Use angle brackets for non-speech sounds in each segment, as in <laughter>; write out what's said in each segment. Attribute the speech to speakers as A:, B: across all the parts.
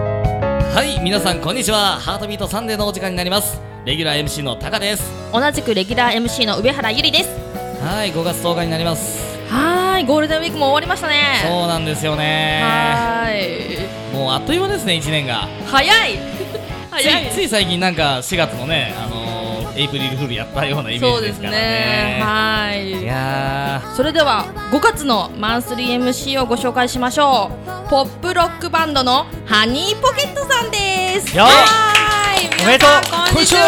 A: はい皆さんこんにちはハートビートサンデーのお時間になりますレギュラー MC のタカです
B: 同じくレギュラー MC の上原ゆりです
A: はい5月10日になります
B: はーいゴールデンウィークも終わりましたね
A: そうなんですよね
B: はーい
A: もうあっという間ですね1年が <laughs>
B: 早い
A: つ
B: 早
A: い
B: い
A: つい最近なんか4月のねあのーエイプリルフールやったようなイメー
B: そう
A: ジで
B: ですす
A: から
B: ね
A: ね
B: はいーい
A: や
B: それでは5月のマンスリー MC をご紹介しましょうポップロックバンドのハニーポケットさんです
C: よっ
B: はーい皆さんこんにちは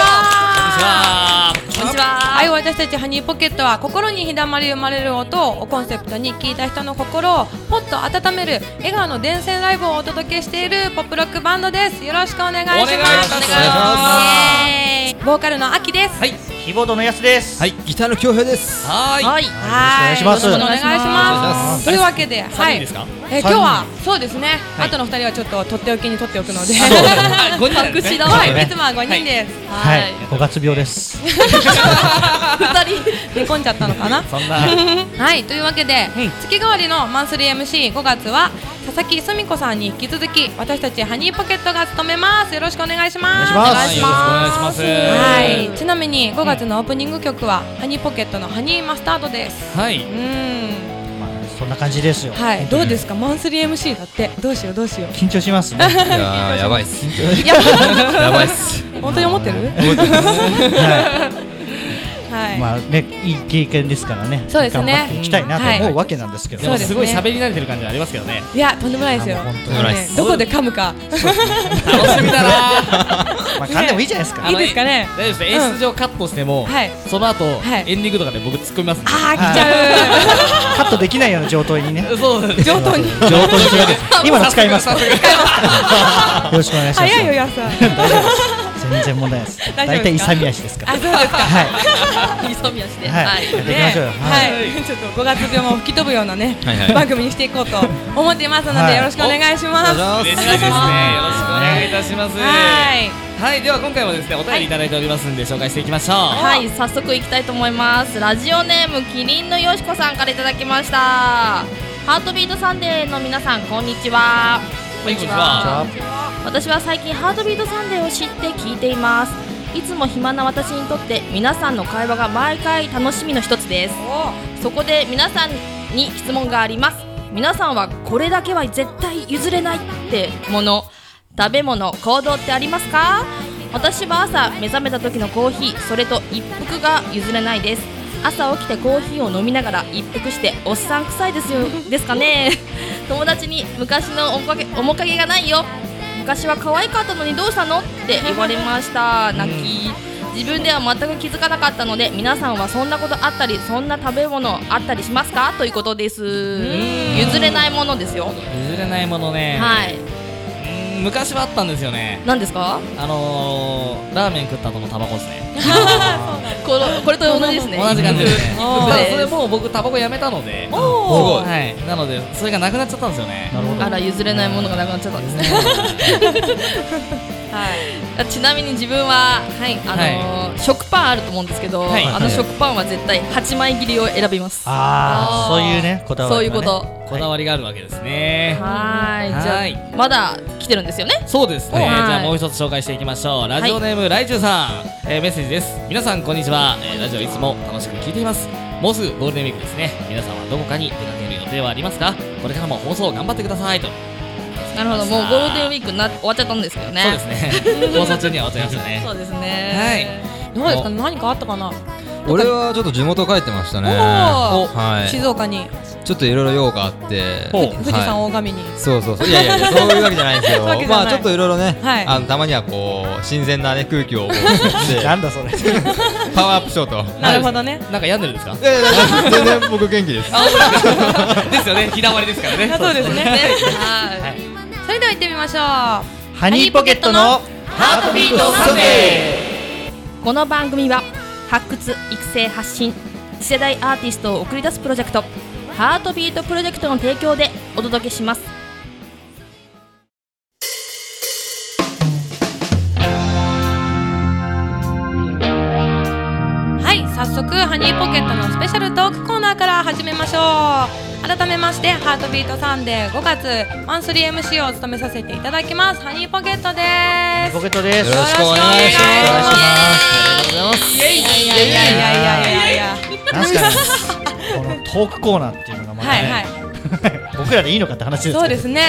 A: ーこんにち
B: こんにち
D: はい、
B: は
D: 私たちハニーポケットは心に日だまり生まれる音をコンセプトに聞いた人の心をもっと温める笑顔の伝染ライブをお届けしているポップロックバンドですよろしくお願いします
A: お願いします
D: お願いし
A: は
B: イエーイ
D: ますボーカルのあきです
A: はい
C: キーボードのやすです。
E: はい、ギターの恭平です。
A: はーい
B: はい
D: は
C: よろしくお
D: よろ
B: 願い
D: し
B: し
D: くお願いし
B: ま
D: ますというわけで、
A: 三
D: は
A: 人
D: い
A: ですか
D: えー今
C: 三人
D: 日はそうですね、
A: はい
D: あとの二人はちょっととっておきにとっておくので <laughs>
A: あ5人なんですね
B: 隠し
D: は
B: 玉
D: い、
C: ね
D: いつもは五人です、
A: <laughs>
C: はい、五月病です。
B: 二人
D: 寝込んじゃったのかな
A: そんな
D: <laughs> はい、というわけで、
A: うん
D: 月替わりのマンスリー MC5 月は佐々木すみ子さんに引き続き私たちハニーポケットが務めますよろしくお願いします
C: お願
A: はいい
C: し
A: よろしくお願いし
D: ま
A: ます
D: はい、ちなみに5月のオープニング曲は、ハニーポケットのハニーマスタードです
A: はい、
D: うーん、
C: まあそんな感じですよ。
D: はい、どうですかマンスリー MC だってどうしようど
F: <laughs>
D: うしよう
C: 緊張しますね。
E: いやー、やばいっす。
D: いや、
E: やばいっす。
D: 本当に思ってる <laughs>
C: は。
D: はいい、
C: まあね、いい経験ですからね。
D: そうですね
C: 頑張っていきたいなと
D: は
C: 思
D: いう
C: わけなんですけど
A: で
D: そ
A: も
C: ね。
D: うですすね
A: ごい喋り慣れてる感じありますけどね
D: いや、とんでもないですよ
C: あもう本当
D: あの
E: とんでもないで
D: ね
E: す
D: どこで噛むか
A: 楽しみだなー
C: まあ噛んでもいいじゃないですか
D: い。いですかね
A: あの大丈夫です演出上カットしても、
D: はい
A: その後、
D: はい
A: エンディングとかで僕突っ込みますんで
D: あー、来ちゃう
C: カットできないような上等にね。
A: そうです
D: 上等に
C: 上等にするわ
D: <laughs>
C: けです今の使いますか。よろしくお願いします。
D: 早いよ、やっさん
C: 大丈夫です。全然問題ないです。
D: 大丈夫ですか
C: 大体勇み足ですか
D: あ、
C: ら。
D: そうですか
C: は
B: <laughs> 急み足
C: い。
B: では
C: はいい。やっていきま
D: ね
C: しょうよ。はい。
D: はい、ちょっと5月病も吹き飛ぶようなね、
E: はいはい
D: 番組にしていこうと思っていますので、
C: はい
D: よろしくお願いします。は
A: 嬉しいですねよろしくお願いいたします
D: い、
A: はいでは今回もですねお便りいただいておりますんで紹介していきましょうは
B: はい、早速いきたいと思います。ラジオネームキリンのよしこさんからいただきました。ハートビートサンデーの皆さん、こんにちは。
A: いこんにちは
B: 私は最近ハートビートサンデーを知って聞いています。いつも暇な私にとって、皆さんの会話が毎回楽しみの一つです。そこで皆さんに質問があります皆さんはこれだけは絶対譲れないってもの食べ物行動ってありますか私は朝目覚めた時のコーヒーそれと一服が譲れないです朝起きてコーヒーを飲みながら一服しておっさん臭いですよですかね <laughs> 友達に昔の面影面影がないよ昔は可愛かったのにどうしたのって言われました泣き自分では全く気づかなかったので皆さんはそんなことあったりそんな食べ物あったりしますかということです譲れないものですよ
A: 譲れないものね、
B: はいう
A: ーん昔はあったんですよね
B: 何ですか
A: あのー、ラーメン食った後のタバコですね
B: これこれと同じですね
A: 同じ感じ
D: <laughs>
A: ですね
B: おー
A: ただそれもう僕タバコやめたので
B: おー
A: はいなのでそれがなくなっちゃったんですよね
C: なるほど
B: あ。ら譲れないものがなくなっちゃったんですねはいあ <laughs> ちなみに自分は、はいあのー食パンあると思うんですけど、
A: はい
B: あの食パンは絶対8枚切りを選びますは
C: ああ、そういうね、こだわりがね。
B: そういうこ
A: こだわりがあるわけですね
B: ーいじゃあ
A: はー
B: まだ来てるんですよね
A: そうですね、
B: はい
A: じゃあもう一つ紹介していきましょうラジオネーム、ライチュウさん、えーメッセージです皆さんこんにちは、えーラジオいつも楽しく聞いていますもうすぐゴールデンウィークですね皆さんはどこかに出かける予定はありますかこれからも放送頑張ってくださいと
B: なるほどもうゴールデンウィークな終わっちゃったんですけどね
A: そうですね放送中には終わっちゃいましたね
B: そうですね。
D: どうですか、何かあったかな。
E: 俺はちょっと地元帰ってましたね。
D: おー
E: はい。
D: 静岡に、
E: ちょっといろいろ用があって。
C: ほう
D: 富士山
E: を。
D: 大神に。
E: そうそうそう。いやいやいや、そういうわけじゃないんですよ
D: <laughs> そういうわけ。じゃな
E: ま
D: い
E: あちょっといろいろね、
D: はい
E: あのたまにはこう新鮮なね空気をこう
D: <laughs>
E: 吸
C: な
E: っ
C: んだそれ。
E: てパワーアップしようと。
D: なるほどね。
A: なんか病んでるんですか
E: いやいや大丈夫全然僕元気です。
A: ですよね日だまりですからね
D: そうですね。
B: は
D: <laughs> それでは行ってみましょう。
C: ハニーポケットの
A: ハートビートサンデ
B: い。この番組は発掘育成発信次世代アーティストを送り出すプロジェクトハートビートプロジェクトの提供でお届けします。
D: はい、早速ハニーポケットのスペシャルトークコーナーから始めましょう改めましてハートビートサンデー5月マンスリー MC を務めさせていただきますハニーポケットです
F: ポケットです
E: よろしくお願いします
D: いやいやいやいやいやいやいや
F: 確かにこのトークコーナーっていうのがまた
D: はい
F: ね、
D: はい
F: 僕らでいいのかって話ですけど
D: そうですね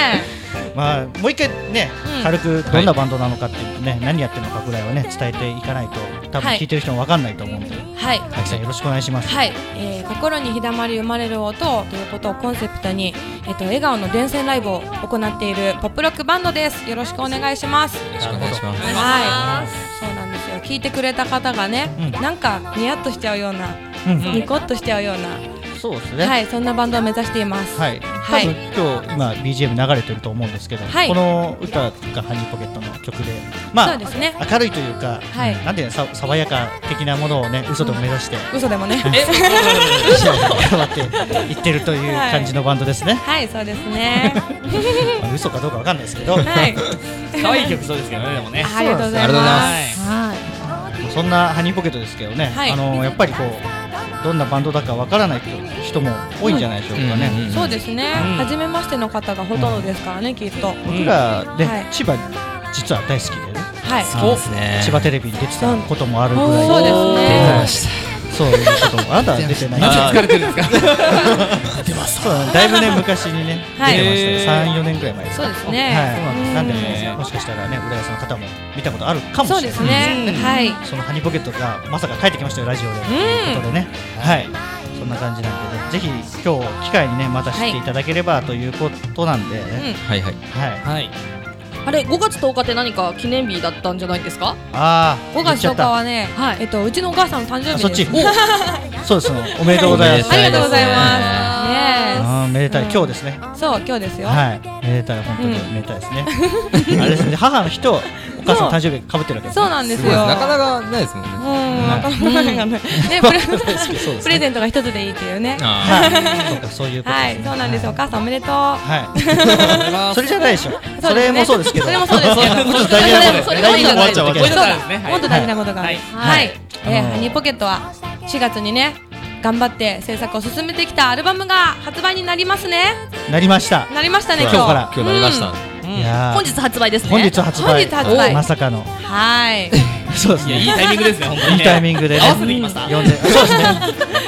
F: まあもう一回ね、
D: うん
F: 軽くどんなバンドなのかっていうね、何やってるのかぐらいはね伝えていかないと多分
D: はい
F: 聞いてる人もわかんないと思うんで、
D: はい
F: あきさんよろしくお願いします。
D: はい、えー心にひだまり生まれる音ということをコンセプトに、えっと笑顔の伝染ライブを行っているポップロックバンドですよろしくお願いします
E: ろしくお願いします
D: はいそうなんですよ聞いてくれた方がね、
F: うん
D: なんかニヤッとしちゃうような、
F: うん
D: ニコッとしちゃうような、
F: そうですね。
D: はいそんなバンドを目指しています
F: はい。
D: はい
F: 多分今日今 BGM 流れてると思うんですけど、
D: はい
F: この歌がハニーポケットの曲で、ま
D: そう
F: あ
D: ですね
F: 明るいというか、
D: はい
F: なんていうのさ爽やか的なものをね嘘でも目指して
D: 嘘でもね
F: <laughs> 頑張っていってるという感じのバンドですね。
D: <laughs> はいそうですね
F: まあ <laughs> 嘘かどうかわかんないですけど、
D: はい
A: 可愛い曲そうですけどねでもね
D: ありがとうござ
E: あ
D: い
E: りがとうござい
D: ま
E: ます
A: はい
F: そんなハニーポケットですけどね、
D: はい
F: あのやっぱりこうどんなバンドだかわからない人も多いんじゃないでしょうかね。
E: うんうん
D: そうですね、
A: うん
D: 初めましての方がほとんどですからねきっと
F: 僕らね、
D: はい
F: 千葉実は大好きでね、
D: はい
E: そうですね
F: 千葉テレビに出てたこともあるぐらい
D: そうですね
F: そういうこともあなたは出てない
E: あ
A: 疲れてるんですか
F: そうだねだいぶね昔にね
D: はい
F: 出てましたよ、3、4年ぐらい前ですか
D: そうですね
F: はい、なんで
A: うん
F: ねもしかしたらね浦安の方も見たことあるかも
D: そう
F: し
D: で
F: れ
D: す
F: ない
D: ね、はい
F: そのハニーポケットがまさか帰ってきましたよラジオで、ということでねはいそんな感じなんでねぜひ今日機会にねまた知っていただければということなんでね、
D: ん
E: はいはい
F: はい
A: はい
B: あれ5月10日って何か記念日だったんじゃないですか
F: ああ
D: 5月10日はね、
B: はい
D: えっとうちのお母さんの誕生
F: あ
D: 日
F: そっ
D: です
F: ちおそうですおめでとうございます
D: ありがとうござい
B: あ
D: ま
F: あーめでたい、今日ですね
D: すねそう今日ですよ、
F: はい、めでたい、本当に
D: うん
F: めでたいですね。あれですね、母の日とお母さんの誕生日かぶってるわけですね。
D: そうなんです
E: すごい
D: よ
E: なかなかないですもんね
D: うん、わからないがね、ね、
F: <laughs>
D: プレプレゼントが一つでいいっていうね。
E: あ
F: はい、そうか、そういうこと
D: は
F: で
D: い、
F: す
D: そ
F: ね。
D: うなんですよ、お
F: はい
D: 母さんおめでとう。は
F: はい。 <laughs> それじゃないでしょ。それもそうですけど。
D: それもそうですけど
F: <laughs> もうちょっと大事なことです
B: それ
F: ね。
B: もそれ
F: 大
B: も
F: 事なこと
E: 終わ
F: 終わっ
E: っちゃう
F: ちゃう
E: 終わっ
A: そうなんですね
D: もっと大事なことがある。
B: は
D: はいい、え
F: あのー
D: ーハニーポケットは4月にね、頑張って制作を進めてきたアルバムが発売になりますね。
F: なりました。
D: なりましたね、
E: 今
D: 今日。
E: 日
F: から
E: 今日なりました
F: いやー
B: 本日発売ですね
F: 本日発売。
D: 本日発売
F: まさかの。 <laughs>
D: はい。
F: そうです
A: いやいい
F: ね。
A: タイミングですね本当に
F: いい
A: ね
F: タイミングでね。
A: 合わ
D: <laughs>
A: せてきました
F: 呼んで。そうですね。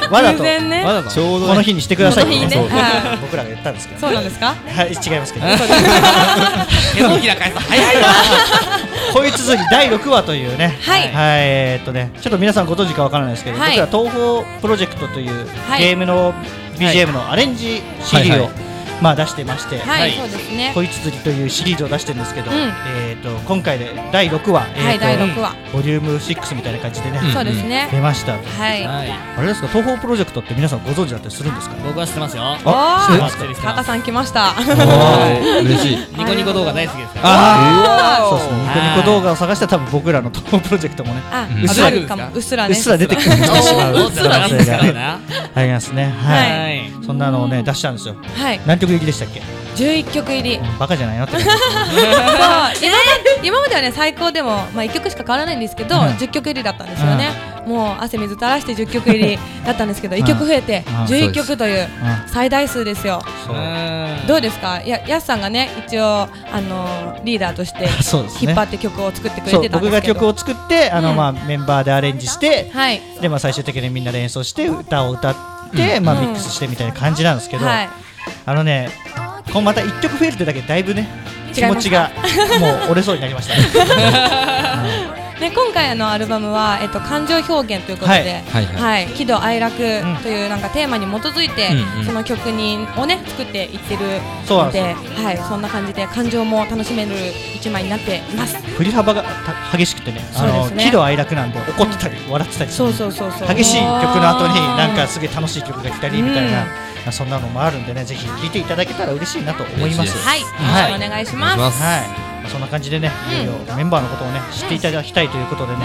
F: わざ
D: 偶
F: と。
D: 然ね
F: わざと。
E: ちょうどね
F: この日にしてくださいって
B: この
D: 日ねは
F: 僕らが言ったんですけど
D: そう
F: ね。
D: なんですか。
F: はい、違いますけど。
A: 手のひら返す早いな
F: 恋続き第6話というね、
D: はい
F: えーっとね、ちょっと皆さんご存知かわからないですけど、
D: はい
F: 僕ら東宝プロジェクトという、
D: はい
F: ゲームの BGM のアレンジ CD を、
E: はいはい
F: まあ出してまして、
D: はい、
A: はい
D: そうですね。
F: 恋続きというシリーズを出してるんですけど、
D: うん
F: えーっと今回で第6話、
D: はい、
F: えーっと
D: 第六話。
F: ボリューム6みたいな感じでね、
E: うん
D: そうで
F: 出
D: すね。
F: ました。
D: はい。
A: はい
F: あれですか、東宝プロジェクトって皆さんご存知だったりするんですか。
A: 僕は知ってますよ
F: あ
D: お
F: 知
D: ー
F: ってますか
A: 知って
D: タ
A: ま
D: カ
A: す
D: さん来ました。
E: あ嬉しい
A: ニコニコ動画大好きですから
F: あ
D: あー
F: そうですね。ニコニコ動画を探したら多分僕らの東宝プロジェクトもね、
D: <laughs> あ
E: う、ん
D: うっすら
A: あ出てくるん
D: 出
A: ですか
F: うっすら出てく
D: てくるうっすらね。
F: るしてしまう
A: おつら
F: 可能
A: い
F: 性
A: ですか
F: が
A: らな
F: ありますね。はい。
A: はい
F: そんなのをね出したんですよ。
D: はい。
F: 何曲入りでしたっけ？
D: 十一
F: <laughs>
D: 曲入り。 <laughs> そう、
F: バカじゃないなって。
D: 今まで今まではね最高でもまあ一曲しか変わらないんですけど
F: うん、
D: 十曲入りだったんですよね。もう汗水垂らして十曲入りだったんですけど、一曲増えて
F: うん
D: 十一曲という最大数ですよ。
F: そう
D: どうですか？ややすさんがね一応あのーリーダーとして
F: そうですね。
D: 引っ張って曲を作ってくれ
F: そう
D: てたん
F: 僕
D: で
F: が
D: すけど。
F: 曲を作ってあの、
D: うん
F: まあメンバーでアレンジして、
D: はい
F: でまあ最終的にみんなで演奏して歌を歌って、まあ
D: うん
F: ミックスしてみたいな感じなんですけど、
D: はい。
F: あのねこうまた一曲増えるってだけでだいぶね気
D: 違い
F: 持
D: ます
F: ちがもう折れそうになりましたね。
D: <laughs> ね、今回のアルバムは、えっと、感情表現ということで、
F: は
D: はいい
E: はいは
D: 喜怒哀楽というなんかテーマに基づいて、
E: うんうん
D: その曲にをね作っていってる
F: そうなん
D: の
F: で
D: で、
F: すよ
D: はい、そんな感じで感情も楽しめる一枚になっています。
F: 振り幅がた激しくてねあ
D: そう
F: の
D: ですね
F: 喜怒哀楽なんで怒ってたり笑ってたり
D: そうそうそうそう。
F: 激しい曲の後に
D: あー
F: なんかすげえ楽しい曲が来たりみたいな
D: う
F: ま
D: ん、
F: あそんなのもあるんでねぜひ聴いていただけたら嬉しいなと思いま
E: 嬉
F: す
E: しいです
D: はい、
F: はい
D: よろしくお願いし
E: お願
D: ます。は
E: いします
F: はい、まあそんな感じでねいよいよメンバーのことをね知っていただきたいということでね、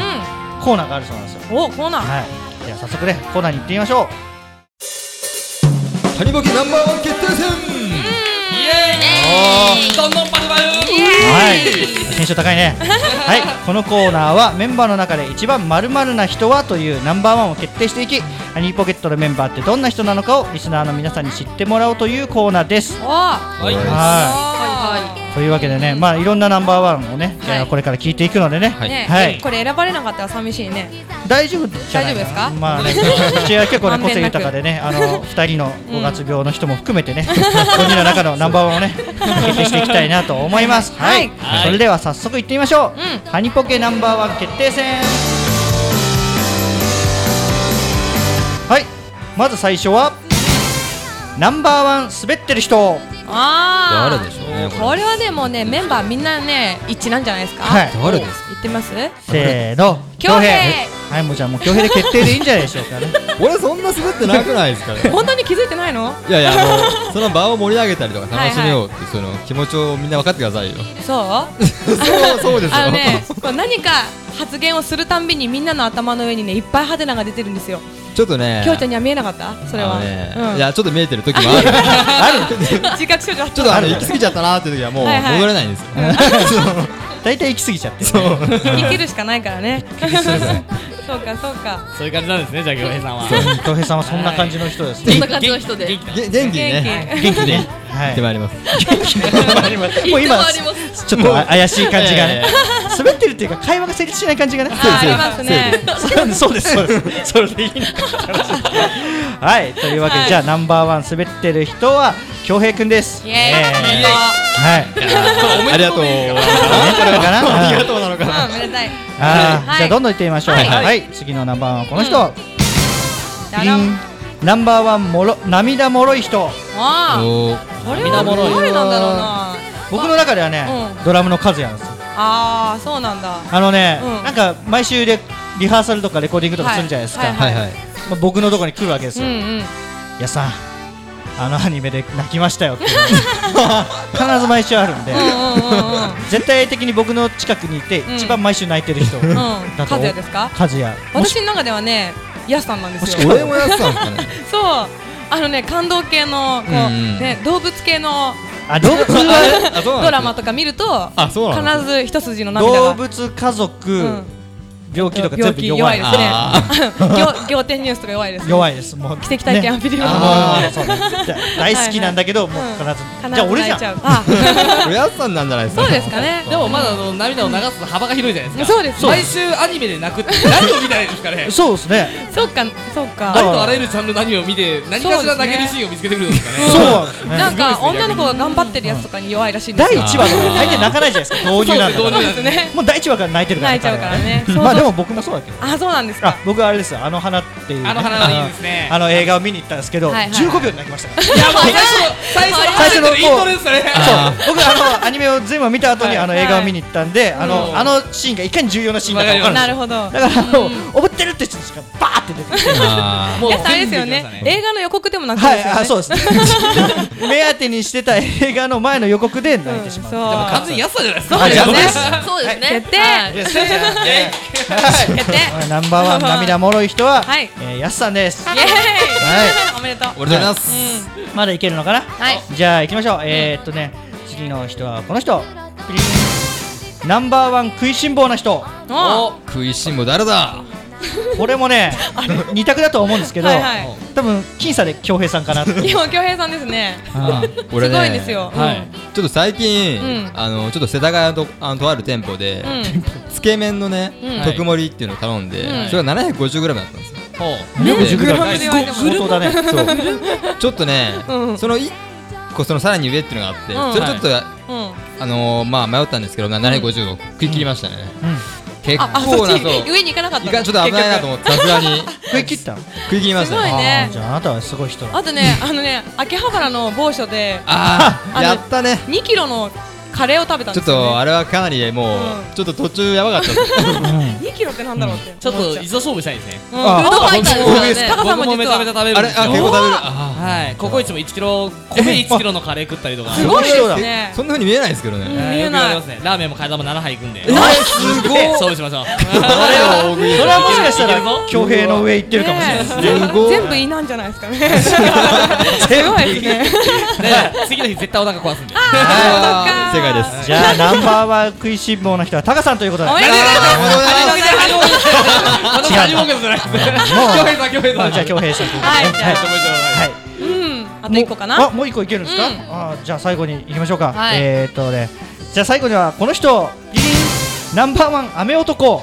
F: コーナーがあるそうなんですよ
D: うん、お、コーナー。
F: はいでは早速ねコーナーに行ってみましょう
E: ハニボケナンバーワン決定戦
A: イエーイこのパフパフ
F: はいテンション高い
D: <laughs>
F: ねはいこのコーナーはメンバーの中で一番まるな人はというナンバーワンを決定していきハニーポケットのメンバーってどんな人なのかをリスナーの皆さんに知ってもらおうというコーナーです
D: おー
E: は
F: は
D: は
E: い
D: い
B: はい
F: というわけでねまあいろんなナンバーワンをね、
D: はい
F: えーこれから聞いていくのでね、
E: はい
D: ね、
F: はい
D: これ選ばれなかったら寂しいね。
F: 大丈夫じゃない
D: 大丈夫ですか
F: まあね、うちは結構ね
D: まん
F: 個
D: べん
F: 性
D: なく
F: 豊かでね、あの二人の五月病の人も含めてね、五人の中のナンバーワンをね決定していきたいなと思います。はい、
A: はい
F: それでは早速行ってみましょう。ハニポケナンバーワン決定戦。はい、まず最初はナンバーワン滑ってる人。
D: ああ。
E: 誰でしょうねこれ
D: これはでもね、メンバーみんなね、一致なんじゃないですか。
F: はい
E: 誰です
D: 言ってます。
F: せーの、
D: 恭平
F: はい、もうじゃあもう恭平で決定でいいんじゃないでしょうかね。
E: 俺そんな滑ってなくないですかね
D: <laughs> 本当に気づいてないの。
E: いやいやあのその場を盛り上げたりとか楽しめようっていうその気持ちをみんな分かってくださいよ
D: そう。
E: そうそうですよ
D: あのね、こう何か発言をするたんびにみんなの頭の上にねいっぱいハテナが出てるんですよ。
E: ちょっとね
D: きょうちゃんには見えなかった？それ
E: あ
D: は。
E: のね
D: うん
E: いやちょっと見えてる時もあるあ
D: <laughs>
E: る
D: 自覚症状あっ
E: ち
D: た
E: ょっとあの行き過ぎちゃったなーっていう時はもう
D: はいはい
E: 戻れないんですよ、
F: 大体行き過ぎちゃってるね、
D: 生きるしかないからね。そうかそうか。
A: そういう感じなんですねじゃあ恭平さんは
F: 恭平さんはそんな感じの人ですね。
B: そんな感じの人で
A: 元気元
E: げ元気にね
D: 元
F: 元気ね。<laughs>
E: 行
F: は
E: ってまいります
F: もう今
B: いつもあります
F: ちょっと怪しい感じが
E: いやい
F: ね
E: やい
F: 滑ってるっていうか会話が成立しない感じがね
D: あーありますね。
F: そうですそうですそうですそれでいいのかはいというわけでじゃあナンバーワン滑ってる人は恭平くんです
D: イエーイ。おめで
F: え
D: とう
F: ーはい
E: ありがとう
F: ありがとうかな
E: ありがとうなのかな
D: あめでたい。
F: あー
D: はい
F: じゃあどんどんいってみましょうは
D: はいい
F: はい次のナンバーワンはこの人
D: だ
F: ピ
D: らん。
F: ンナンバーワンもろ涙もろい人
D: ああ。
E: おー
D: これは誰なんだろうな。
F: 僕の中ではね
D: う
F: ドラムの数やんですよ
D: ああそうなんだ。
F: あのね
D: うん
F: なんか毎週でリハーサルとかレコーディングとかするんじゃないです
D: はい
F: か
E: はいはい
F: まあ、僕のところに来るわけです
D: うん
F: よ、
D: うん。
F: いやさあのアニメで泣きましたよっていうのが必ず毎週あるんで、
D: うんうんうんうん。
F: 絶対的に僕の近くにいて、
D: ん
F: 一番毎週泣いてる人
D: う
F: だ
D: ん
F: と、
D: 和也ですか
F: 和也もし
D: 私の中ではね、ヤスさんなんですよ。
E: 俺もやってたんですか
D: <laughs>
E: ね
D: そう、あのね、感動系の、こう、
E: うんうん
D: ね、動物系の
F: あ動
D: <laughs>
F: 物は
E: あそうなんです
D: ドラマとか見ると。
E: あそうなんで
D: 必
E: す
D: ず一筋の涙
F: 動
D: が。
F: 物家族、
D: ん
F: 病気とか全
D: 病
F: 部
D: 気
F: 弱
D: 弱
F: い
D: い
F: で
D: ですす
E: ね
D: ね
E: あ。
D: <laughs> 仰仰天ニュースとか弱いです。
F: 弱いですもう
D: 奇跡体験ア
F: ね
D: ピールが。
F: あー
E: あー
F: そうだ大好きなんだけど、もう必ず、
D: 必
F: じゃあ
D: ず
F: 俺
D: 泣
F: じゃん
D: いちゃう。あ、
E: おやつさんなんじゃないですか
D: そうですかね。
A: でもまだあの涙を流す幅が広いじゃないですか
D: そうですね
A: 毎週アニメで泣くって何を見たらいいんですかね
F: そうですね
D: そうか、そう
A: あり
D: か。
A: とあらゆるジャンルのアニメを見て何かしら泣けるシーンを見つけてくるんですかね
F: そうなんですね
D: なんか、女の子が頑張ってるやつとかに弱いらしいんです
F: 第
D: よ。
F: 1話とか大体泣かないじゃないですか導入なんだ
A: そう
F: か
A: です導入
F: ら
D: そうですね。
F: もう第1話から <laughs> 泣いてるから
D: 泣いちゃうからね
F: 彼は
D: そ
F: <laughs>
D: う
F: まあでも僕もそうだけど
D: あ、そうなんです
F: あ
D: か。
F: 僕はあれですよあの花っていうね、
A: あの花のいいですね
F: あのあの映画を見に行ったんですけど、
D: はいはい
F: 15秒で泣きましたから
A: いやもう最初の最初のイントロですね
E: あ
F: そう僕あのアニメを全部見た後に、
A: はい
F: あの映画を見に行ったんで、あ
A: う
F: の
A: ん
F: あのシーンがいかに重要なシーンだか分かるんです
D: な
F: よ
D: るほど。
F: だからあの、おぶってるって人しかバーって出てきて
E: あ
A: もう
D: やっぱあれですよ
A: 全部出てきま
D: ね
A: し。た
D: 映画の予告でもなくて
F: は
D: で
F: い
D: すよね。
F: あそうですね <laughs> 目当てにしてた映画の前の予告で泣いてしまう、
D: うんそう
A: でも完全に安さじゃないですか
D: そうですね
B: そうですね
D: 決定
B: はい
F: ですね
A: え
D: 決定。
F: ナンバーワン涙もろい人は、
D: はい
F: えーやすさんです
D: イエーイ、
F: は
D: おめでとう。
E: おめでとうございます
D: うん
F: まだいけるのかな
D: はい。
F: じゃあ行きましょう、えー、っとね次の人はこの人ピリンナンバーワン食いしん坊な人
D: お
E: ー食いしん坊誰だ
F: これもね二択だと思うんですけど、
D: はいはい
F: 多分僅差で恭平さんかなって
D: 日本恭平さんですね。
E: 俺ね
D: すごいんですよ。
F: はい
E: ちょっと最近、
D: うん
E: あのちょっと世田谷のとあのとある店舗で、
D: うん。
E: つけ麺のね、
D: うん
E: 特盛りっていうのを頼んで、
D: うん
E: それが 750g だったんですよ、
A: ほう
F: 70グラム
D: グラムで言われても
F: 相当だね
E: そうちょっとね、
D: うん
E: その1個そのさらに上っていうのがあって、
D: うん
E: それちょっと、
D: うん。うん。
E: あのー、まあ迷ったんですけど、750を食い切りましたね、結
D: あ、あ、
E: 構
D: そ
E: な
D: っ
E: そう
D: ち上に行かなかったの。
E: いかんちょっと危ないなと
D: 思
E: 思ってさすがに
F: 食い切った
E: 食い切りました
D: す
E: ね
D: ごいね
F: あーじゃああなたはすごい人だ
D: あとね、あのね、秋葉原の某所で
E: あー
D: あ
E: やったね
D: 2キロのカレーを食べたん
E: ち
D: で
E: ょっ
D: すよ、ね。
E: とあれはかなりもう、
D: うん
E: ちょっと途中やばかったです
D: 2キロってなんだろうって。
A: ちょっ
D: 思
A: と
D: ゃう
A: 一度勝負したいですね
D: うん、
F: あ
D: フードファイター
A: 僕
D: ですからね。高さん
A: 僕
D: も
A: もめ
D: 実
A: ちゃめちゃ食
D: は。
A: べるんで
E: <laughs> あれあ
A: すよ
E: 結構食べるあ
A: はいココイチも1キロ米1キロのカレー食ったりとか
F: す
D: す
F: ご
D: ご
F: い
D: い
F: 人
D: です
F: だ
E: ー
D: ね。
E: そんな風に見えないですけどね
D: ん
A: はい
D: 見
A: よく言
D: え
A: わ
D: ない
A: れますねラーメンも替え玉7杯いくんで
E: すごい
A: 勝負しましょう
E: 誰を大食い
F: それはもしかした
A: いける
F: ら
A: ぞ
F: 恭平の上行ってるかもしれないですね
D: ね
E: すごい
D: 全部いなんじゃないですかね。すごいですね。
A: で次の日絶対お腹壊すんで
E: あー
D: そっか
E: 正解です
F: じゃあナンバーは食いしん坊の人はタカさんということで
D: おめでとうございます。
A: 私初めてじゃない恭平さん
F: もう
A: 恭平さ
F: あ
A: ん
F: じゃあ恭平さん
D: はいじゃあ
F: はい
D: うん、あと一個か
F: もうあ
D: な。
F: もう一個いけるんですか、
D: うん
F: あーじゃあ最後に行きましょうか、
D: はい
F: えー、っとねじゃあ最後にはこの人ギリンナンバーワン雨男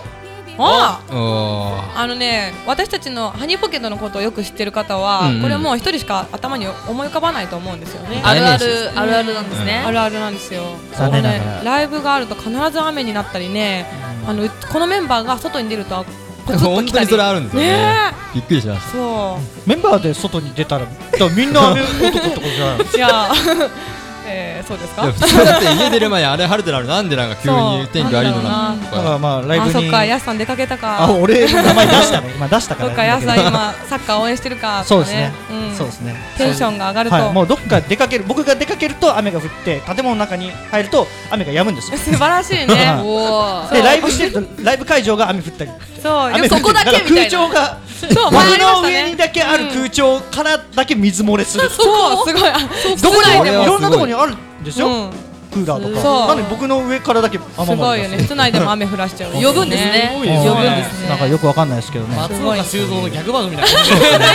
D: あ
E: おおー
D: あのね、私たちのハニーポケットのことをよく知ってる方は、
E: うんうん
D: これはもう一人しか頭に思い浮かばないと思うんですよね。
B: あるあるあるあるなんですね
D: あ。るあるなんですよ。
F: 残念ながら
D: あのねライブがあると必ず雨になったりね、あのうこのメンバーが外に出るとポツッと
E: 本
D: 来
E: 当
D: た
E: に
D: り。
E: それあるんですよね
D: ね
E: びっくりしまし
D: そう。
F: メンバーで外に出たらだからみんな雨男ってことじゃない
D: いや、 <laughs> えー、そうです
E: たいや
D: か。
E: 普通だって家出る前にあれ晴れてるのになんでなんか急に天気悪いの
D: な
E: なん
D: だ
E: と
F: だから
E: か
F: まあライ
D: あ、
F: ブ
D: そっ
F: に
D: か、やすさん出かけた
F: あ
D: か。
F: 俺の名前出したね今出したか
D: そ
F: ら
D: っか、やすさん今サッカー応援してるか。
F: そうですね
D: とかん
F: そうですね
D: テンションが上がると。
F: はい、もうどっか出かける僕が出かけると雨が降って建物の中に入ると雨が止むんですよ
D: <laughs> 素晴らしいね。
F: <laughs> はい
B: おお。
F: でライブしてるとライブ会場が雨降ったり
D: そう、
F: 雨降
B: そ
F: っ
D: よ
F: て
B: こだけ
F: なんか
B: みたいな
F: 空調が
D: そう、
F: 僕
D: 前ありまし
F: の
D: た
F: 上
D: ね
F: に。だけある空調からだけ水漏れする、
D: そう、すごい。あ
F: どこにも
E: 室内
F: い
E: でも
F: ろんなとこにあるんですよ、
D: うん
F: クーラーと
D: そう
F: かなのに僕の上からだけ雨漏れ
D: すごいよね。室内でも雨降らしちゃう。
B: 呼ぶんですね。
A: す
B: 呼
A: ご
B: ぶ
A: い
B: ん
A: ですね
B: ですね。
F: なんかよくわかんないですけどね、は
A: 松岡修造の逆番組みたいな
D: そうですね。
F: い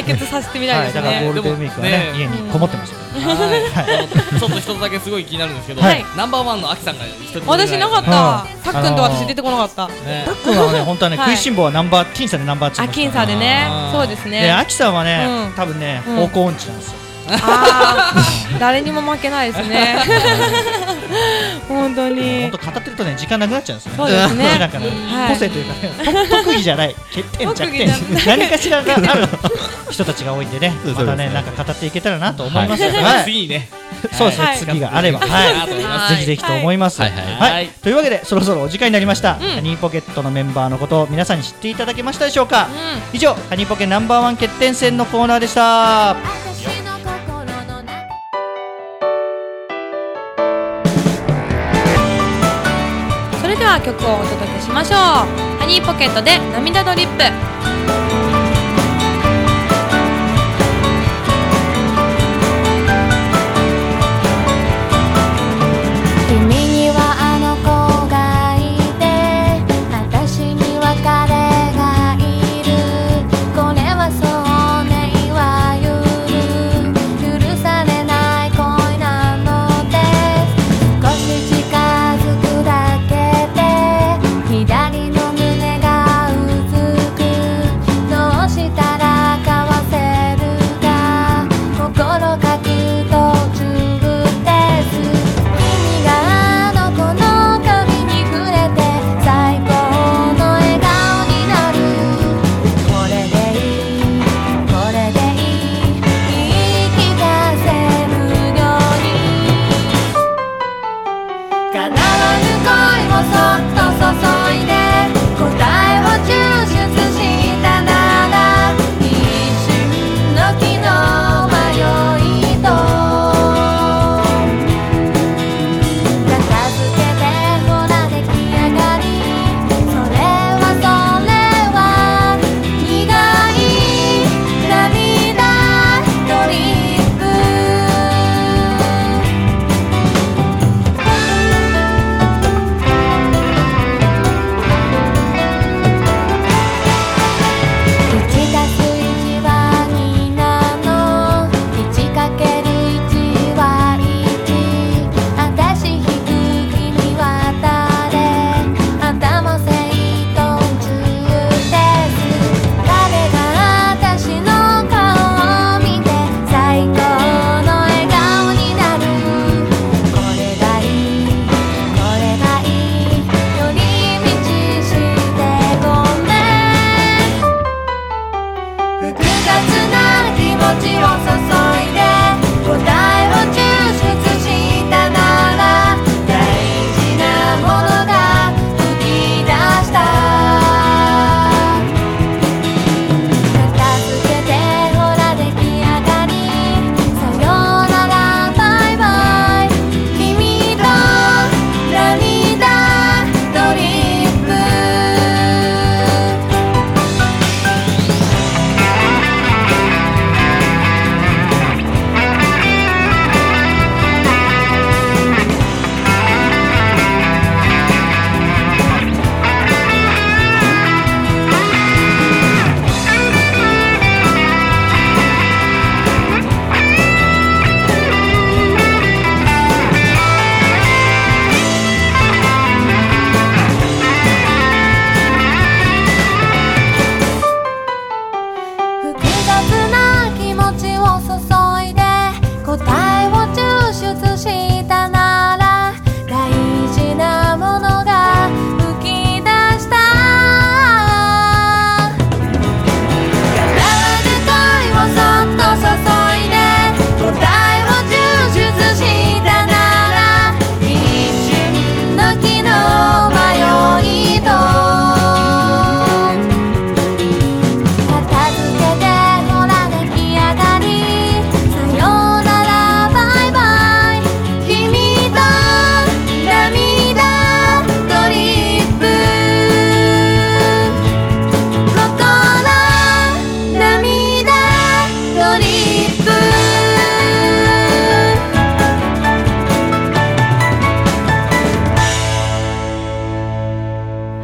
D: <laughs> 対決させてみたい
F: は
D: で
F: い、
D: す
F: だからゴ
D: ね
F: ー。ルデンウィークはね
A: でもね
F: 家にこもってましたよ
A: はいちょっと一つだけすごい気になるんですけど、
F: はい
A: ナンバーワンのアキさんが一人
D: 私なかっ
F: うん
D: た。たっくんと
F: あのー
D: 私出てこなかった。
A: ね
F: タックンはね本当はね、
D: はい
F: 食いしん坊はナンバー僅差でナンバーチ
D: あ、僅差でね
A: あ。ー
D: そうです
F: で
D: ね。
F: アキさんはね、
D: うん
F: 多分ね、
D: うん
F: 方向音痴なんですよ
D: あー誰にも負けないですね。本当に
F: 本。当語ってるとね時間なくなっちゃうんですよね
D: そうですね
F: <laughs> だから、
D: はい
F: 個性というかねと特技じゃない欠点弱点
D: 特技じ
F: <laughs> 何かし
D: <laughs>
F: らがある人たちが多いんでね
E: そう
F: またね
E: そうですね
F: なんか語っていけたらなと思いますよ
A: はい
F: はい
A: 次にね
F: そうですね、
D: はい
F: 次があればはい
B: はい
F: ぜひぜひと思います。
E: はいはい
A: はい
F: というわけでそろそろお時間になりました、
D: ん
F: ハニーポケットのメンバーのことを皆さんに知っていただけましたでしょうか、
D: うん。
F: 以上ハニーポケナンバーワン決定戦のコーナーでした
D: それでは曲をお届けしましょうハニーポケットで涙ドリップ
G: 君にはあの子がいて私には彼がいるこれはそうねいわゆる許されない恋なのです少し近づくだけで左の胸がうずく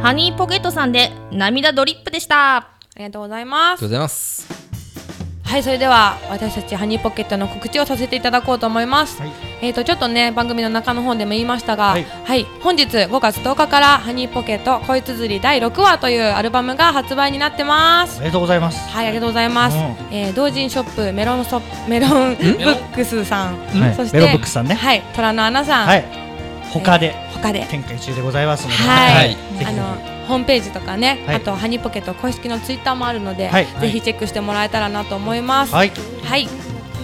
B: マニーポケットさんで涙ドリップでした
D: ありがとうございま
E: りがと
D: す
E: うございます。
D: はいそれでは私たちハニーポケットの告知をさせていただこうと思います、
F: はい
D: えっ、とちょっとね番組の中の方でも言いましたがは
F: はいい、
D: 本日5月10日からハニーポケット恋綴り第6話というアルバムが発売になってます
F: おめでとうございます。
D: はい、ありがとうございます。
F: うん
D: えー同人ショップメロンソメロンブックスさん、
F: はい
D: そして
F: メロンブックスさんね
D: はい、虎の穴さん、
F: はい。他で
D: 他で、
F: 展開中でございますので、
D: はい、
F: ぜひ
D: あ
F: ぜ
D: のホームページとかね、
F: はい
D: あとハニーポケット公式のツイッターもあるので、
F: はい
D: ぜひチェックしてもらえたらなと思いま
F: ひ
D: す。
F: はい。
D: はい、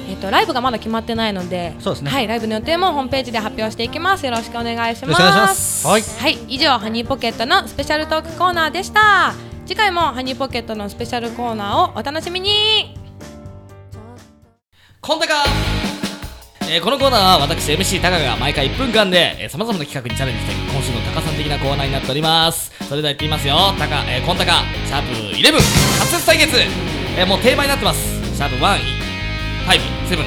D: えっ、とライブがまだ決まってないので、
F: そうですね
D: はい、ライブの予定もホームページで発表していきます。よろしくお願いし
E: よ
D: ます。
E: ろしくお願いします。
F: はい。
D: はい、以上ハニーポケットのスペシャルトークコーナーでした。次回もハニーポケットのスペシャルコーナーをお楽しみに。
A: こんたかえーこのコーナーは私 MC タカが毎回1分間でさまざまな企画にチャレンジしていく今週のタカさん的なコーナーになっておりますそれでは言ってみますよタカ、えー、こんたかシャープ11滑舌対決、えーもう定番になってますシャープ157と、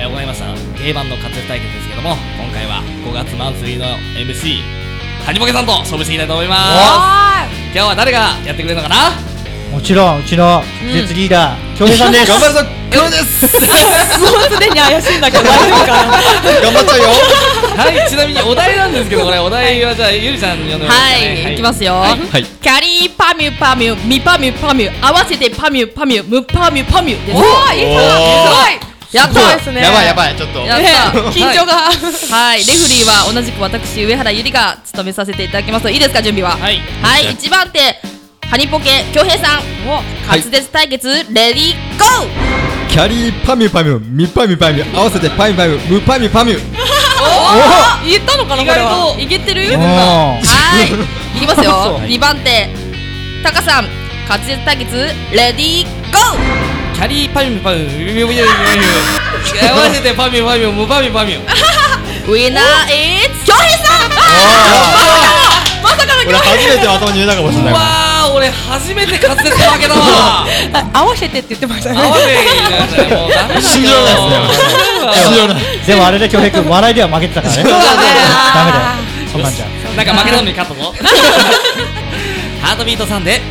A: えー行いました定番の滑舌対決ですけども今回は5月マンスリーの MC ハニボケさんと勝負していきたいと思います今日は誰がやってくれるのか
E: <laughs>
A: な
F: もちろんうちの絶リーダー京平さんです。
E: 頑張るぞ、今日で
A: <laughs>
E: す。
D: すでに怪しいんだけど大丈夫かな
E: 頑張っちゃうよ。
A: はいちなみにお題なんですけどこれお題はじゃあゆりちゃん呼んでもら
B: はい、いきますよ、
E: はい。
B: キャリーパミュパミュミパミュパミュ合わせてパミュパミュムパミュパミュです
D: おいいぞ
B: いやっ
E: そう
B: た
E: ですね。やばいやばい、ちょっと。
B: やった <laughs> 緊張がはいレフリーは同じく私上原ゆりが務めさせていただきますいいですか準備は
A: はい
B: はい1番手ハニポケ京平さん
E: は
B: 滑
E: い
B: 舌対決レディーゴー
E: キャリーパミュパミュ、ミパミュパミュ、合わせてパミュパミュ、ムパミュパミュ。
B: 言ったのかなこれはいけてる
F: おー
B: はいいきますよ2番手タカさん滑舌対決レディーゴー
A: キャリーパミュパミュミュミュミュミュミュ合わせてパミュパミュムパミュパミュ
B: ウィナーイズ京平さんまさかの
E: 俺初めて頭に入れたかもしれない。
A: わー俺初めて滑舌負けたわ
D: 合わせてって言ってましたね
A: 合わせていいねもうダメだ
E: 信じられないですね。信じられない。
F: <laughs> でもあれで京平君笑いでは負けてたからね。ダメだよ。そんなんじゃ。
A: なんか負けたのに勝った
E: <laughs>
A: ぞハートビートさんで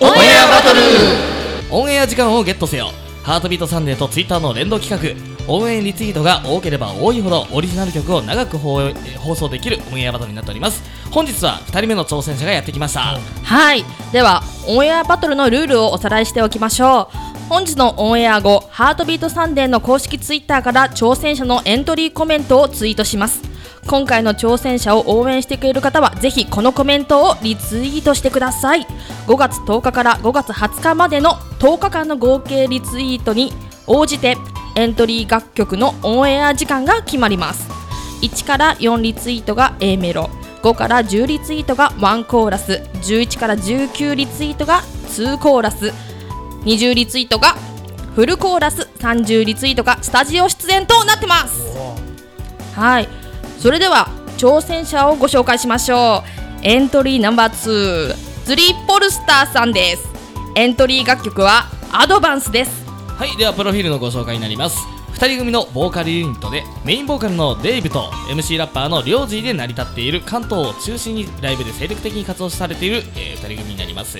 E: オンエアバトル。
A: オンエア時間をゲットせよハートビートサンデーとツイッターの連動企画応援リツイートが多ければ多いほどオリジナル曲を長く放え放送できるオンエアバトルになっております本日は2人目の挑戦者がやってきました
B: はいではオンエアバトルのルールをおさらいしておきましょう本日のオンエア後「ハートビートサンデー」の公式ツイッターから挑戦者のエントリーコメントをツイートします今回の挑戦者を応援してくれる方はぜひこのコメントをリツイートしてください5月10日から5月20日までの10日間の合計リツイートに応じてエントリー楽曲のオンエア時間が決まります1から4リツイートが A メロ5から10リツイートが1コーラス11から19リツイートが2コーラス20リツイートがフルコーラス30リツイートがスタジオ出演となってますはいそれでは挑戦者をご紹介しましょうエントリーナンバー2ズリーポルスターさんですエントリー楽曲はアドバンスです
A: はいではプロフィールのご紹介になります2人組のボーカルユニットでメインボーカルのデイブと MC ラッパーのリョージーで成り立っている関東を中心にライブで精力的に活動されている、え2人組になります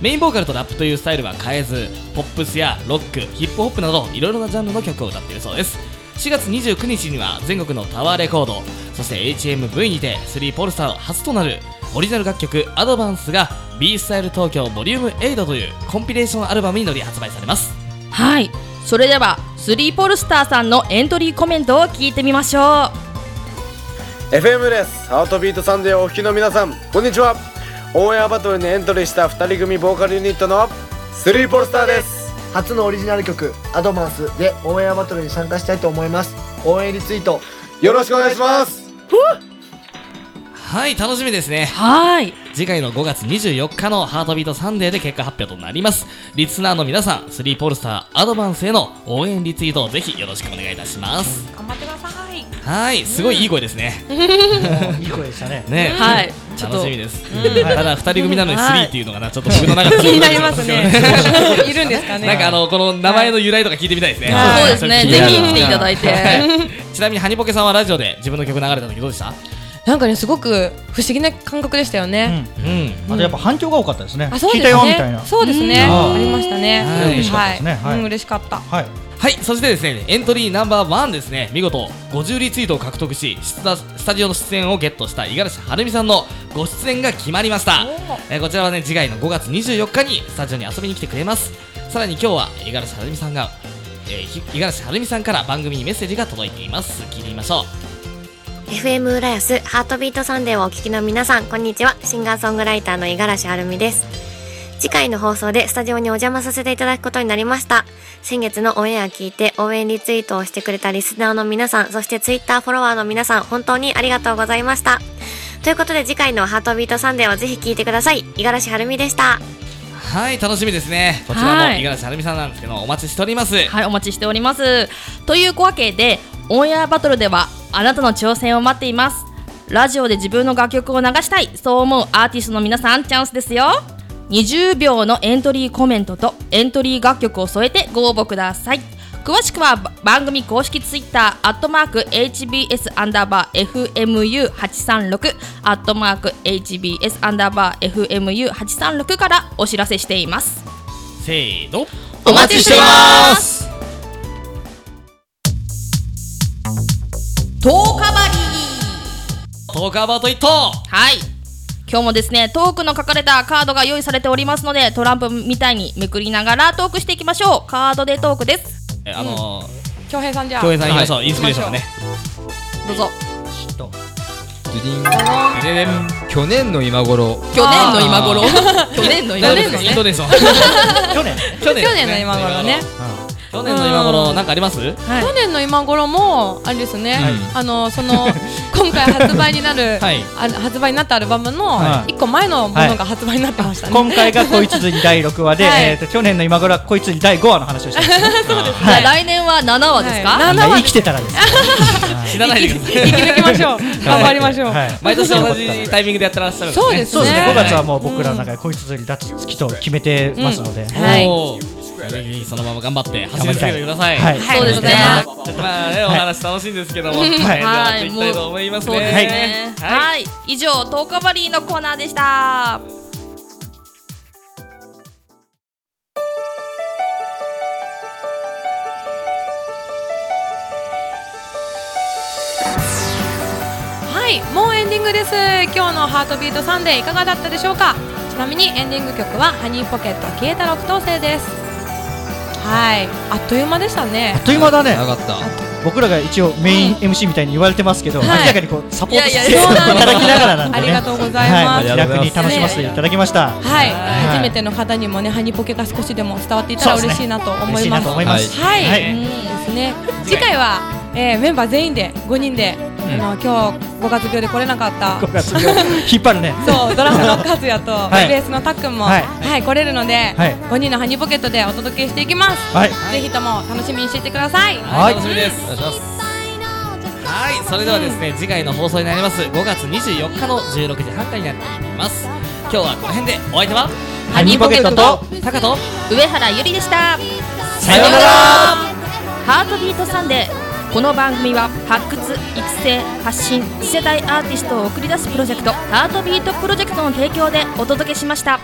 A: メインボーカルとラップというスタイルは変えずポップスやロックヒップホップなどいろいろなジャンルの曲を歌っているそうです4月29日には全国のタワーレコードそして HMV にて3ポルサー初となるオリジナル楽曲「アドバンスが B スタイル東京 Vol.8 というコンピレーションアルバムに乗り発売されます
B: はいそれではスリーポルスターさんのエントリーコメントを聞いてみましょ
H: FM ですハートビートサンデーをお聞きの皆さんこんにちはオンエアバトルにエントリーした2人組ボーカルユニットのスリーポルスターです
I: 初のオリジナル曲「アドバンス」でオンエアバトルに参加したいと思います応援リツイート
H: よろしくお願いします
A: はい楽しみですね
B: うはい
A: 次回の5月24日のハートビートサンデーで結果発表となりますリスナーの皆さんスリーポルスターアドバンスへの応援リツイートをぜひよろしくお願いいたします
D: 頑張ってください。
A: はいすごいいい声ですね、
F: いい声でしたね。
A: ね
B: はいちょっと
A: 楽しみです
B: うん
A: ただ二人組なのに
B: は
A: 3
B: い
A: っていうのがなちょっと僕の中で
B: <laughs>
D: 気になりますねいるんですかね
A: <laughs> なんかあのこの名前の由来とか聞いてみたいですね
B: はいそうですね
A: ちょっと気になる
B: ぜひ来ていただいて
A: はいちなみにハニポケさんはラジオで自分の曲流れた時どうでした
D: なんかねすごく不思議な感覚でしたよね、
A: うん
F: あとやっぱ反響が多かったですね
D: あそう
F: 聞
D: で
F: い
D: す
F: た
D: ね
F: よみたいな
D: そうですね
F: うん
D: ありましたね
A: はい嬉し
F: かったですねはい
D: うん嬉しかった
F: はい
A: はいそしてですねエントリーナンバーワンですね見事50リツイートを獲得し出たスタジオの出演をゲットした五十嵐晴美さんのご出演が決まりましたえーこちらはね次回の5月24日にスタジオに遊びに来てくれますさらに今日は五十嵐晴美さんがえーひ五十嵐晴美さんから番組にメッセージが届いています聞いてみましょう
J: FM 浦安ハートビートサンデーをお聞きの皆さんこんにちはシンガーソングライターの五十嵐はるみです次回の放送でスタジオにお邪魔させていただくことになりました先月のオンエアを聞いて応援リツイートをしてくれたリスナーの皆さんそしてツイッターフォロワーの皆さん本当にありがとうございましたということで次回のハートビートサンデーをぜひ聞いてください五十嵐はるみでした
A: はい楽しみですねこちら
B: は
A: も
B: い
A: 五十嵐晴美さんなんですけどお待ちしております
B: はい、お待ちしております。というわけで、オンエアバトルではあなたの挑戦を待っています。ラジオで自分の楽曲を流したい、そう思うアーティストの皆さん、チャンスですよ。20秒のエントリーコメントとエントリー楽曲を添えてご応募ください。詳しくはば番組公式ツイッター、アットマーク HBS アンダーバー FMU836、アットマーク HBS アンダーバー FMU836 からお知らせしています。
A: せーの
B: お待ちしてます10日ばり
A: トークアバウト1等
B: はい今日もですねトークの書かれたカードが用意されておりますのでトランプみたいにめくりながらトークしていきましょうカードでトークです
A: えあのー
D: 恭平さんじゃあ
A: 京平さんいきましょう
D: は
A: インスピレーションをね
B: どうぞ
E: ドゥディン去年の今頃
B: 去年の今頃去年の今頃
A: 大丈夫ですイントネーション
F: 去年
A: 去年
D: 去年の今頃ね
A: 去年の今頃なんかあります
B: はい
D: 去年の今頃もあれですね、
A: はい
D: あのその <laughs> 今回発売になる、
A: はい
D: あ発売になったアルバムの
F: はい
D: 一個前のものが発売になってましたね、
F: 今回がこいつ釣り第6話で、
D: はい
F: えーと去年の今頃はこいつ釣り第5話の話をしてました
D: <laughs>
B: じゃあ来年は7話ですか、
D: はい
F: まあ生きてたら
D: <laughs>
F: です
A: 知らないでください
D: 生き抜きましょう頑張りましょう、
F: はい
A: 毎年同じタイミングでやってらっしゃるんですね
D: そうです
F: そうですね
D: ね
F: 5月はもう僕らの中でこいつ釣りだつきと決めてますので、
D: はい
A: おーぜひそのまま頑張って走り続けてください
F: はい
B: そうですね
A: まあねお話楽しいんですけども頑張っていきたいと思います
B: そうです
A: ね
B: ね
A: はい
B: はい、以上トークバリーのコーナーでした
D: はい、もうエンディングです。今日のハートビートサンデーいかがだったでしょうか。ちなみにエンディング曲はハニーポケット消えた六等星です。はい、あっという間でしたね
F: あっ。という間だね
E: なかった
F: 僕らが一応メイン MC みたいに言われてますけど、
D: はい
F: 明らかにこうサポートし
D: い
F: てい
D: やいや
F: ただきながらなんでね
D: ありがとうございます
F: は気楽に楽しませていただきました、
D: はい、
F: い
D: 初めての方にもね、ハニーポケが少しでも伝わっていたら
F: そうです
D: 嬉し
F: ね
D: いなと思
F: 嬉し
D: い
F: い
D: ま
F: な
D: す。
F: と
D: は
F: 思います、
D: い、
F: は
D: う
F: い
D: んですね。次回は、えー、メンバー全員で5人で、あの今日5月病で来れなかった
F: 5月病引っ張るね
D: そうドラムの和也
F: <laughs>
D: と、
F: はい
D: ベースのたっくんも、は
F: はいい
D: 来れるので、
F: はい
D: 5人のハニーポケットでお届けしていきます、
F: はい
D: ぜひとも楽しみにしていてください、
A: はい楽しみです
E: お願いします
A: はいそれではですね次回の放送になります5月24日の16時半からになっております今日はこの辺でお相手は
F: ハニーポケットと
A: タカと
B: 上原ゆりでした
F: さようなら
B: ハートビートサンデーこの番組は発掘育成発信次世代アーティストを送り出すプロジェクトハートビートプロジェクトの提供でお届けしました